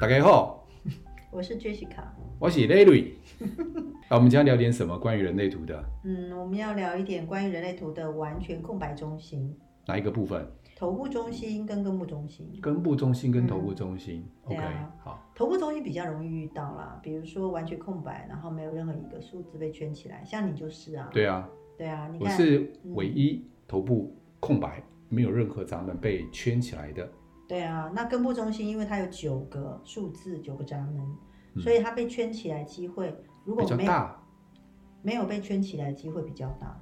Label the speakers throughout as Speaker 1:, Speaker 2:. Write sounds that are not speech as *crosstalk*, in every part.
Speaker 1: 大家好，
Speaker 2: 我是 Jessica。
Speaker 1: 我是 Larry。啊，我们今天聊点什么关于人类图的？
Speaker 2: 嗯，我们要聊一点关于人类图的完全空白中心、
Speaker 1: 哪一个部分？
Speaker 2: 头部中心跟根部中心。
Speaker 1: 根部中心跟头部中心。
Speaker 2: 对
Speaker 1: OK，、
Speaker 2: 啊
Speaker 1: 好，
Speaker 2: 头部中心比较容易遇到啦，比如说完全空白，然后没有任何一个数字被圈起来，像你就是啊。
Speaker 1: 对啊，
Speaker 2: 对啊，你
Speaker 1: 我
Speaker 2: 看，
Speaker 1: 是唯一头部空白，没有任何闸门被圈起来的。
Speaker 2: 对啊，那根部中心因为它有九个数字、九个闸门，
Speaker 1: 嗯
Speaker 2: 所以它被圈起来机会，如
Speaker 1: 比
Speaker 2: 果
Speaker 1: 较
Speaker 2: 没有
Speaker 1: 大，
Speaker 2: 没有被圈起来机会比较大，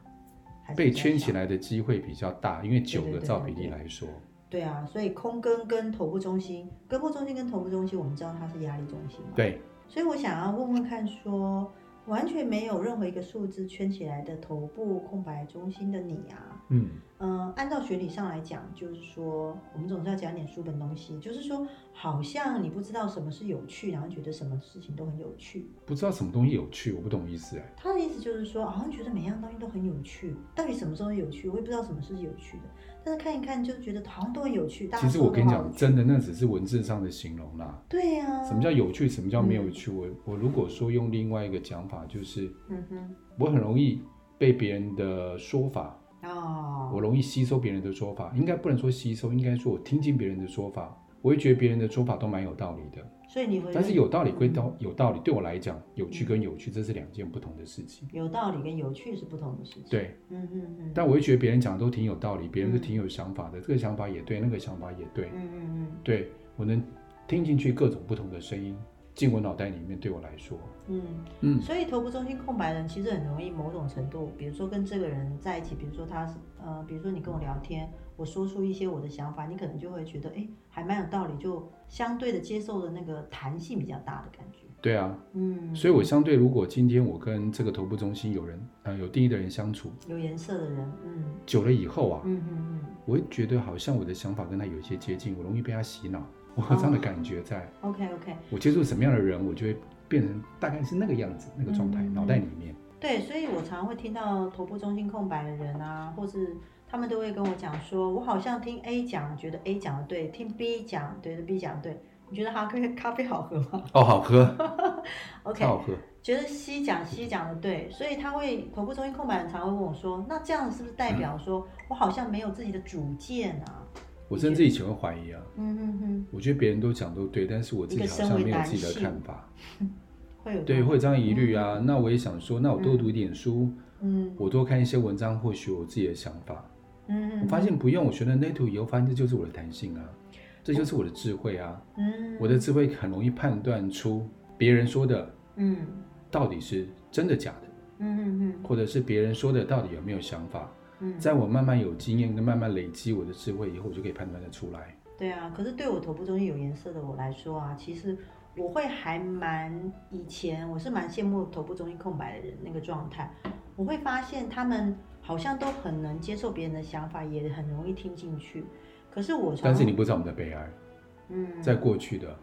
Speaker 2: 还是
Speaker 1: 被
Speaker 2: 比较
Speaker 1: 圈
Speaker 2: 小
Speaker 1: 起。来的机会比较大，因为九
Speaker 2: 对
Speaker 1: 个
Speaker 2: 对
Speaker 1: 照比
Speaker 2: 对
Speaker 1: 例
Speaker 2: 对
Speaker 1: 来说，
Speaker 2: 对啊，所以空根跟头部中心，根部中心跟头部中心，我们知道它是压力中心嘛。。
Speaker 1: 对，
Speaker 2: 所以我想要问问看说，完全没有任何一个数字圈起来的头部空白中心的你啊，
Speaker 1: 嗯，
Speaker 2: 嗯，按照学理上来讲，就是说我们总是要讲点书本东西，就是说好像你不知道什么是有趣，然后觉得什么事情都很有趣。
Speaker 1: 不知道什么东西有趣，我不懂意思哎。
Speaker 2: 他的意思就是说，好像觉得每样东西都很有趣，到底什么时候有趣，我也不知道什么是有趣的。但是看一看就觉得好像都很有趣。大家
Speaker 1: 其实我跟你讲，真
Speaker 2: 的，
Speaker 1: 的那只是文字上的形容啦。
Speaker 2: 对呀、
Speaker 1: 什么叫有趣？什么叫没有趣？我我如果说用另外一个讲法，就是
Speaker 2: 嗯哼，
Speaker 1: 我很容易被别人的说法，
Speaker 2: 哦，
Speaker 1: 我容易吸收别人的说法，应该不能说吸收，应该说我听进别人的说法，我会觉得别人的说法都蛮有道理的。
Speaker 2: 所以你会，
Speaker 1: 但是有道理归道有道理，对我来讲，有趣跟有趣这是两件不同的事情。
Speaker 2: 有道理跟有趣是不同的事情。，
Speaker 1: 对，
Speaker 2: 嗯嗯嗯，
Speaker 1: 但我会觉得别人讲的都挺有道理，别人都挺有想法的，这个想法也对，那个想法也对
Speaker 2: 嗯，嗯
Speaker 1: 对我能听进去各种不同的声音进我脑袋里面，对我来说，
Speaker 2: 嗯
Speaker 1: 嗯
Speaker 2: 嗯，，所以头部中心空白的人其实很容易某种程度，比如说跟这个人在一起，比如说他是呃，比如说你跟我聊天，我说出一些我的想法，你可能就会觉得哎，还蛮有道理，就相对的接受的那个弹性比较大的感觉。
Speaker 1: 对啊，
Speaker 2: 嗯，
Speaker 1: 所以我相对如果今天我跟这个头部中心有人，呃，有定义的人相处
Speaker 2: 有颜色的人，嗯
Speaker 1: 久了以后啊，
Speaker 2: 嗯嗯
Speaker 1: 我会觉得好像我的想法跟他有一些接近，我容易被他洗脑， *laughs* 我有这样的感觉在。
Speaker 2: 嗯，OK OK，
Speaker 1: 我接触什么样的人，我就会变成大概是那个样子，那个状态，
Speaker 2: 嗯
Speaker 1: 脑袋里面。
Speaker 2: 对，所以我常会听到头部中心空白的人啊，或是他们都会跟我讲说，我好像听 A 讲，觉得 A 讲的对，听 B 讲，觉得 B 讲得对。你觉得哈啡 *laughs* 咖啡好喝吗
Speaker 1: 哦，好喝，
Speaker 2: ？OK，
Speaker 1: 超好喝。
Speaker 2: 觉得 C 讲 C 讲的对，所以他会头部中心空白的人常会问我说，那这样是不是代表说我好像没有自己的主见啊？
Speaker 1: 我甚至以前会怀疑啊，
Speaker 2: 嗯嗯嗯，
Speaker 1: 我觉得别人都讲都对，但是我自己好像没有自己的看法，
Speaker 2: 会有
Speaker 1: 对，
Speaker 2: 这种
Speaker 1: 会有这样疑虑啊。那我也想说，那我多读一点书，
Speaker 2: 嗯
Speaker 1: 我多看一些文章，或许我自己的想法。
Speaker 2: 嗯嗯，
Speaker 1: 我发现不用，我学了内图以后，发现这就是我的弹性啊，这就是我的智慧啊。
Speaker 2: 嗯
Speaker 1: 我的智慧很容易判断出别人说的
Speaker 2: 嗯
Speaker 1: 到底是真的假的。
Speaker 2: 嗯嗯
Speaker 1: 或者是别人说的到底有没有想法。
Speaker 2: 嗯嗯，
Speaker 1: 在我慢慢有经验跟慢慢累积我的智慧以后，我就可以判断得出来。
Speaker 2: 对啊，可是对我头部中心有颜色的我来说啊，其实我会还蛮以前我是蛮羡慕头部中心空白的人那个状态，我会发现他们好像都很能接受别人的想法，也很容易听进去。可是我常
Speaker 1: 但是你不知道我们的悲哀，
Speaker 2: 嗯
Speaker 1: 在过去的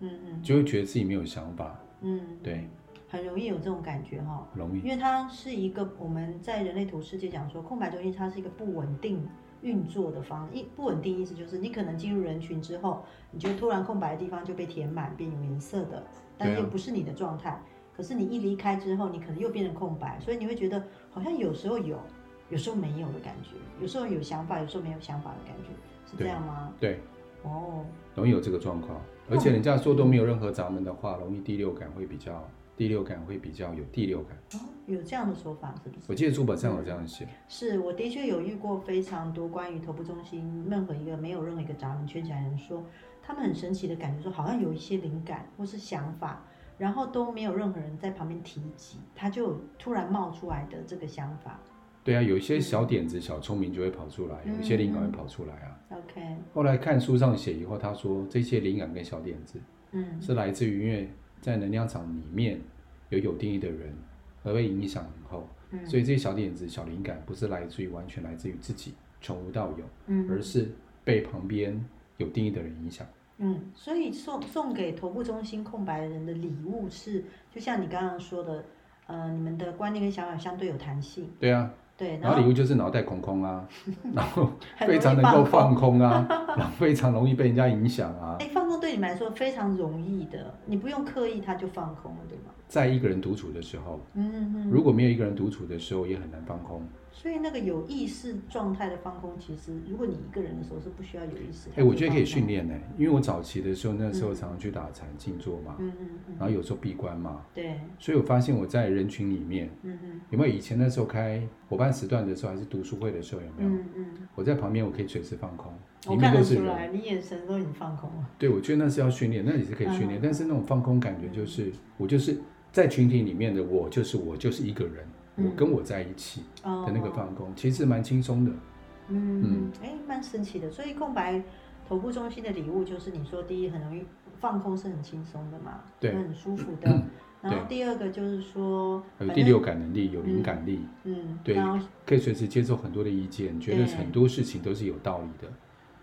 Speaker 2: 嗯嗯
Speaker 1: 就会觉得自己没有想法，
Speaker 2: 嗯，
Speaker 1: 对，
Speaker 2: 很容易有这种感觉哈、
Speaker 1: 很容
Speaker 2: 因
Speaker 1: 易。
Speaker 2: 为它是一个我们在人类图世界讲说，空白中心它是一个不稳定运作的方一不稳定意思就是你可能进入人群之后，你就突然空白的地方就被填满，变有颜色的，但
Speaker 1: 对啊
Speaker 2: 是又不是你的状态。可是你一离开之后，你可能又变成空白，所以你会觉得好像有时候有，有时候没有的感觉，有时候有想法，有时候没有想法的感觉，是这
Speaker 1: 对
Speaker 2: 样吗？
Speaker 1: 对，
Speaker 2: 哦，
Speaker 1: 容易有这个状况。
Speaker 2: 嗯
Speaker 1: 而且人家说都没有任何闸门的话，容易第六感会比较，第六感会比较有第六感。
Speaker 2: 哦有这样的说法是不是？
Speaker 1: 我记得书本上有这样写，
Speaker 2: 是我的确有遇过非常多关于头部中心任何一个没有任何一个闸门圈起来的人说，他们很神奇的感觉说好像有一些灵感或是想法，然后都没有任何人在旁边提及，他就突然冒出来的这个想法。
Speaker 1: 对啊，有一些小点子、小聪明就会跑出来，有一些灵感会
Speaker 2: 嗯
Speaker 1: 跑出来啊。
Speaker 2: OK，
Speaker 1: 后来看书上写以后，他说这些灵感跟小点子
Speaker 2: 嗯
Speaker 1: 是来自于因为在能量场里面有有定义的人，而被影响以后，
Speaker 2: 嗯，
Speaker 1: 所以这些小点子、小灵感不是来自于完全来自于自己从无到有，
Speaker 2: 嗯
Speaker 1: 而是被旁边有定义的人影响。
Speaker 2: 嗯，所以送送给头部中心空白的人的礼物是，就像你刚刚说的，呃，你们的观念跟想法相对有弹性，
Speaker 1: 对啊，
Speaker 2: 对，
Speaker 1: 然后礼物就是脑袋空空
Speaker 2: *laughs*
Speaker 1: 啊，然后
Speaker 2: 很容
Speaker 1: 非
Speaker 2: 易
Speaker 1: 常能够
Speaker 2: 放
Speaker 1: 放
Speaker 2: 空
Speaker 1: 空啊，然后非常容易被人家影响啊。
Speaker 2: 哎，放空对对你们来说非常容易的，你不用刻意，它就放空了，对吗？
Speaker 1: 在一个人独处的时候，
Speaker 2: 嗯嗯。
Speaker 1: 如果没有一个人独处的时候，也很难放空。
Speaker 2: 所以那个有意识状态的放空，其实如果你一个人的时候是不需要有意识。
Speaker 1: 哎、我觉得可以训。练呢、因为我早期的时候，那时候常常去打禅静坐嘛，
Speaker 2: 嗯嗯嗯。
Speaker 1: 然后有时候闭关嘛，
Speaker 2: 对，
Speaker 1: 所以我发现我在人群里面，
Speaker 2: 嗯嗯
Speaker 1: 有没有以前那时候开伙伴时段的时候，还是读书会的时候，有没有？
Speaker 2: 嗯嗯。
Speaker 1: 我在旁边，我可以随时放空，
Speaker 2: 我
Speaker 1: 里面
Speaker 2: 看得
Speaker 1: 都是
Speaker 2: 出
Speaker 1: 人。
Speaker 2: 来，你眼神都已经放空了。
Speaker 1: 对，我觉得那是要训练，那也是可以训练，
Speaker 2: 嗯
Speaker 1: 但是那种放空感觉就是我就是在群体里面的我，就是我就是一个人，
Speaker 2: 嗯
Speaker 1: 我跟我在一起
Speaker 2: 哦
Speaker 1: 的那个放空，其实蛮轻松的。
Speaker 2: 嗯，哎、蛮神奇的。所以空白头部中心的礼物就是你说第一很容易放空是很轻松的嘛，
Speaker 1: 对
Speaker 2: 很舒服的。然后
Speaker 1: 对
Speaker 2: 第二个就是说，
Speaker 1: 还
Speaker 2: 反
Speaker 1: 有
Speaker 2: 正
Speaker 1: 第六感能力，有灵感力，
Speaker 2: 嗯，
Speaker 1: 对
Speaker 2: 然后
Speaker 1: 可以随时接受很多的意见，觉得
Speaker 2: 对
Speaker 1: 很多事情都是有道理的。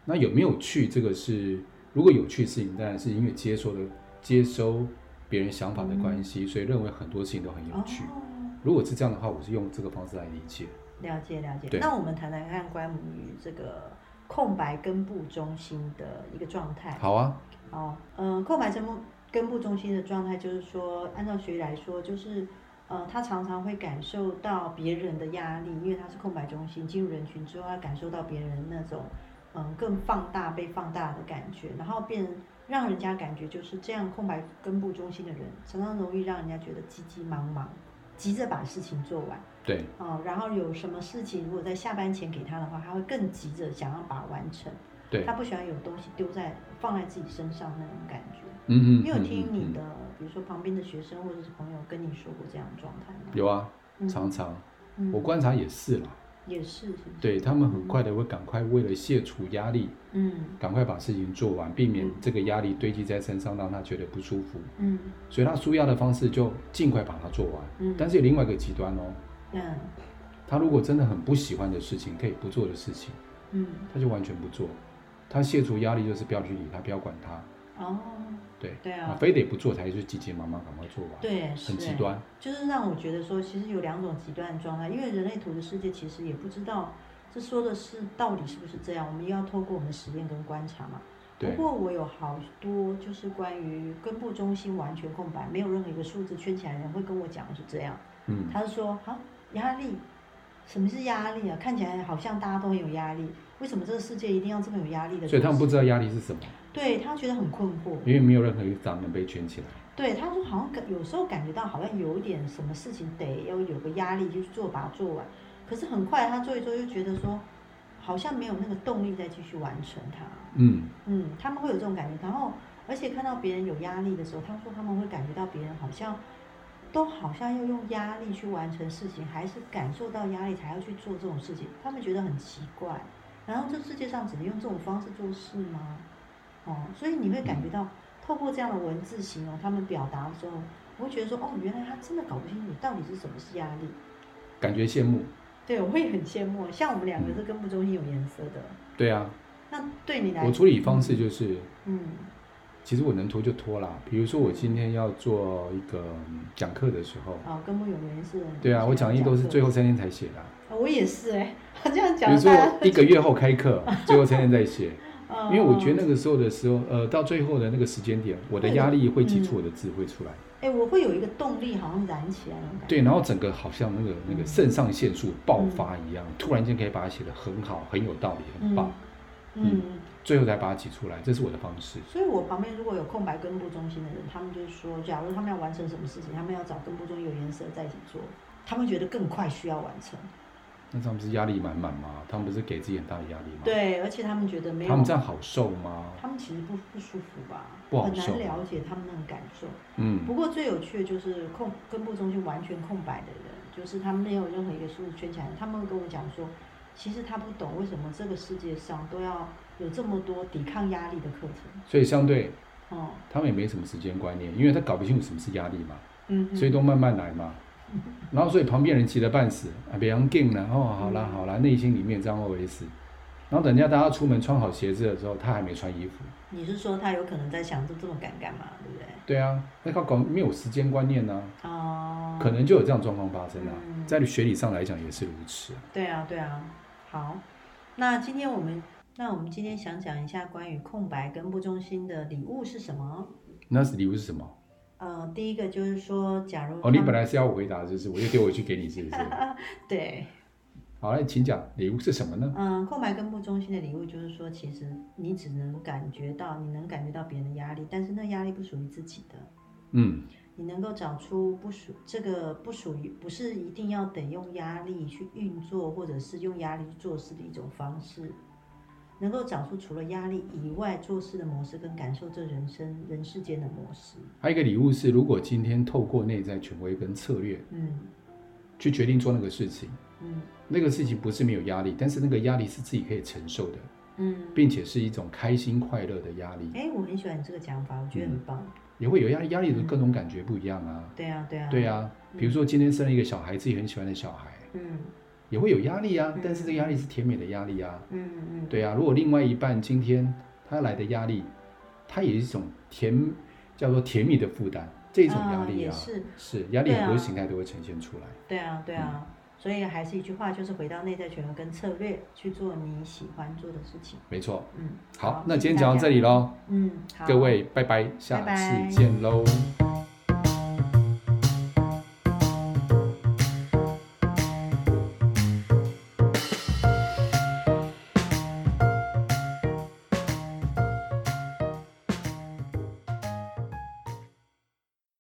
Speaker 1: 那有没有趣？这个是如果有趣的事情，当然是因为接受的接收别人想法的关系，所以认为很多事情都很有趣。
Speaker 2: 嗯哦，
Speaker 1: 如果是这样的话，我是用这个方式来理解。
Speaker 2: 了解了解。
Speaker 1: 对
Speaker 2: 那我们谈谈看关于这个空白根部中心的一个状态。
Speaker 1: 好啊，
Speaker 2: 哦，嗯，空白根部根部中心的状态就是说，按照学理来说，就是呃，他常常会感受到别人的压力，因为他是空白中心，进入人群之后，他感受到别人那种嗯、呃更放大被放大的感觉，然后变让人家感觉就是这样空白根部中心的人，常常容易让人家觉得急急忙忙，急着把事情做完。
Speaker 1: 对，
Speaker 2: 哦，然后有什么事情，如果在下班前给他的话，他会更急着想要把它完成。
Speaker 1: 对
Speaker 2: 他不喜欢有东西丢在放在自己身上那种感觉。
Speaker 1: 嗯嗯，
Speaker 2: 你有听
Speaker 1: 嗯
Speaker 2: 你
Speaker 1: 嗯
Speaker 2: 的，比如说旁边的学生或者是朋友跟你说过这样的状态吗？
Speaker 1: 有啊，
Speaker 2: 嗯
Speaker 1: 常常、
Speaker 2: 嗯
Speaker 1: 我观察也是啦，
Speaker 2: 也是，是不是？
Speaker 1: 对他们很快的会赶快为了卸除压力，
Speaker 2: 嗯
Speaker 1: 赶快把事情做完，避免
Speaker 2: 嗯
Speaker 1: 这个压力堆积在身上，让他觉得不舒服。
Speaker 2: 嗯
Speaker 1: 所以他舒压的方式就尽快把它做完。
Speaker 2: 嗯
Speaker 1: 但是有另外一个极端哦，
Speaker 2: 嗯
Speaker 1: 他如果真的很不喜欢的事情，可以不做的事情，
Speaker 2: 嗯，
Speaker 1: 他就完全不做。他卸除压力就是不要去理他，不要管他，
Speaker 2: 哦，
Speaker 1: 对，
Speaker 2: 对啊
Speaker 1: 非得不做才是急急忙忙赶快做完，
Speaker 2: 对，是
Speaker 1: 很极
Speaker 2: 欸
Speaker 1: 端。
Speaker 2: 就是让我觉得说，其实有两种极端的状态，因为人类图的世界其实也不知道这说的是到底是不是这样，我们要透过我们的实验跟观察嘛。不
Speaker 1: 对
Speaker 2: 过我有好多就是关于根部中心完全空白，没有任何一个数字圈起来的人会跟我讲的是这样，
Speaker 1: 嗯，
Speaker 2: 他就说啊压力，什么是压力啊？看起来好像大家都很有压力，为什么这个世界一定要这么有压力的？
Speaker 1: 所以他们不知道嗯压力是什么，
Speaker 2: 对他觉得很困惑。
Speaker 1: 因为没有任何一个闸门被圈起来。
Speaker 2: 对，他说好像感有时候感觉到好像有一点什么事情得要有个压力去做，把它做完。可是很快他做一做又觉得说，好像没有那个动力再继续完成它。
Speaker 1: 嗯，
Speaker 2: 嗯，他们会有这种感觉，然后而且看到别人有压力的时候，他说他们会感觉到别人好像都好像要用压力去完成事情，还是感受到压力才要去做这种事情，他们觉得很奇怪。然后这世界上只能用这种方式做事吗？哦，所以你会感觉到透过这样的文字形容他们表达的时候，我会觉得说，哦，原来他真的搞不清楚到底是什么是压力。
Speaker 1: 感觉羡慕。
Speaker 2: 对，我会很羡慕，像我们两个是根部中心有颜色的，
Speaker 1: 对啊，
Speaker 2: 那对你来，
Speaker 1: 我处理方式就是，
Speaker 2: 嗯
Speaker 1: 其实我能拖就拖啦。比如说我今天要做一个嗯讲课的时候，
Speaker 2: 哦，跟木有缘是。
Speaker 1: 对啊，我讲义都是最后。三天才写的啊。
Speaker 2: 我也是哎、欸，这样
Speaker 1: 比
Speaker 2: 讲
Speaker 1: 如
Speaker 2: 大
Speaker 1: 说
Speaker 2: 家，
Speaker 1: 我一个月后开
Speaker 2: *laughs*
Speaker 1: 课，最后三天再写，因
Speaker 2: 嗯
Speaker 1: 为我觉得那个时候的时
Speaker 2: 哦
Speaker 1: 候，呃，到最后的那个时间点，我的压力会挤出我的智慧出来。
Speaker 2: 哎、我会有一个动力，好像燃起来那种感觉。
Speaker 1: 对，然后整个好像那个那个肾上腺素爆发一样，突然间可以把它写得很好，很有道理，很棒，
Speaker 2: 嗯，
Speaker 1: 最后才把它挤出来，这是我的方式。
Speaker 2: 所以我旁边如果有空白根部中心的人，他们就是说，假如他们要完成什么事情，他们要找根部中心有颜色在一起做，他们觉得更快需要完成。
Speaker 1: 那他们不是压力满满吗？他们不是给自己很大的压力吗？
Speaker 2: 对，而且他们觉得没有，
Speaker 1: 他们这样好受吗？
Speaker 2: 他们其实不不舒服吧，
Speaker 1: 不好
Speaker 2: 很
Speaker 1: 受
Speaker 2: 难了解他们那种感受。
Speaker 1: 嗯，
Speaker 2: 不过最有趣的就是空根部中心完全空白的人，就是他们没有任何一个数字圈起来，他们会跟我讲说，其实他不懂为什么这个世界上都要有这么多抵抗压力的课程。
Speaker 1: 所以相对
Speaker 2: 哦，
Speaker 1: 他们也没什么时间观念，因为他搞不清楚什么是压力嘛，
Speaker 2: 嗯
Speaker 1: 所以都慢慢来嘛。然后所以旁边人急得半死，啊，别让劲了，哦，好啦好啦，内心里面这样 OS。然后等一下大家出门穿好鞋子的时候，他还没穿衣服。
Speaker 2: 你是说他有可能在想这这么敢干嘛，对不对？
Speaker 1: 对啊，那他搞没有时间观念呢、
Speaker 2: 哦、
Speaker 1: 可能就有这样状况发生啊
Speaker 2: 嗯。
Speaker 1: 在学理上来讲也是如此啊。
Speaker 2: 对啊，对啊，好，那今天我们那我们今天想讲一下关于空白跟不中心的礼物是什么？
Speaker 1: 那是礼物是什么？
Speaker 2: 呃，第一个就是说，假如
Speaker 1: 哦，你
Speaker 2: 他
Speaker 1: 本来是要我回答，就是我又丢回去给你，是不是？ *laughs*
Speaker 2: 对，
Speaker 1: 好，那请讲礼物是什么呢？
Speaker 2: 嗯，空白跟不中心的礼物就是说，其实你只能感觉到，你能感觉到别人的压力，但是那压力不属于自己的。
Speaker 1: 嗯，
Speaker 2: 你能够找出不属这个不属于不是一定要得用压力去运作，或者是用压力去做事的一种方式，能够找出除了压力以外做事的模式，跟感受这人生人世间的模式。
Speaker 1: 还有一个礼物是，如果今天透过内在权威跟策略
Speaker 2: 嗯
Speaker 1: 去决定做那个事情，
Speaker 2: 嗯
Speaker 1: 那个事情不是没有压力，但是那个压力是自己可以承受的，
Speaker 2: 嗯。
Speaker 1: 并且是一种开心快乐的压力。
Speaker 2: 哎，我很喜欢你这个讲法，我觉得
Speaker 1: 嗯
Speaker 2: 很棒。
Speaker 1: 也会有压力，压力的各种感觉不一样啊。
Speaker 2: 对啊，对啊，
Speaker 1: 对
Speaker 2: 啊，
Speaker 1: 啊，比如说今天生了一个小孩，自己很喜欢的小孩，
Speaker 2: 嗯
Speaker 1: 也会有压力啊
Speaker 2: 嗯，
Speaker 1: 但是这个压力是甜美的压力啊。
Speaker 2: 嗯嗯，
Speaker 1: 对啊，如果另外一半今天他来的压力，他也是一种甜，叫做甜蜜的负担，这种压力
Speaker 2: 也
Speaker 1: 啊，
Speaker 2: 是，
Speaker 1: 是压力
Speaker 2: 对啊
Speaker 1: 很多形态都会呈现出来。
Speaker 2: 对啊，对啊。所以还是一句话，就是回到内在权威跟策略，去做你喜欢做的事情。
Speaker 1: 没错，
Speaker 2: 嗯，
Speaker 1: 好，那今天讲到这里喽，
Speaker 2: 嗯，好
Speaker 1: 各位拜拜，
Speaker 2: 拜
Speaker 1: 下
Speaker 2: 拜
Speaker 1: 次见喽。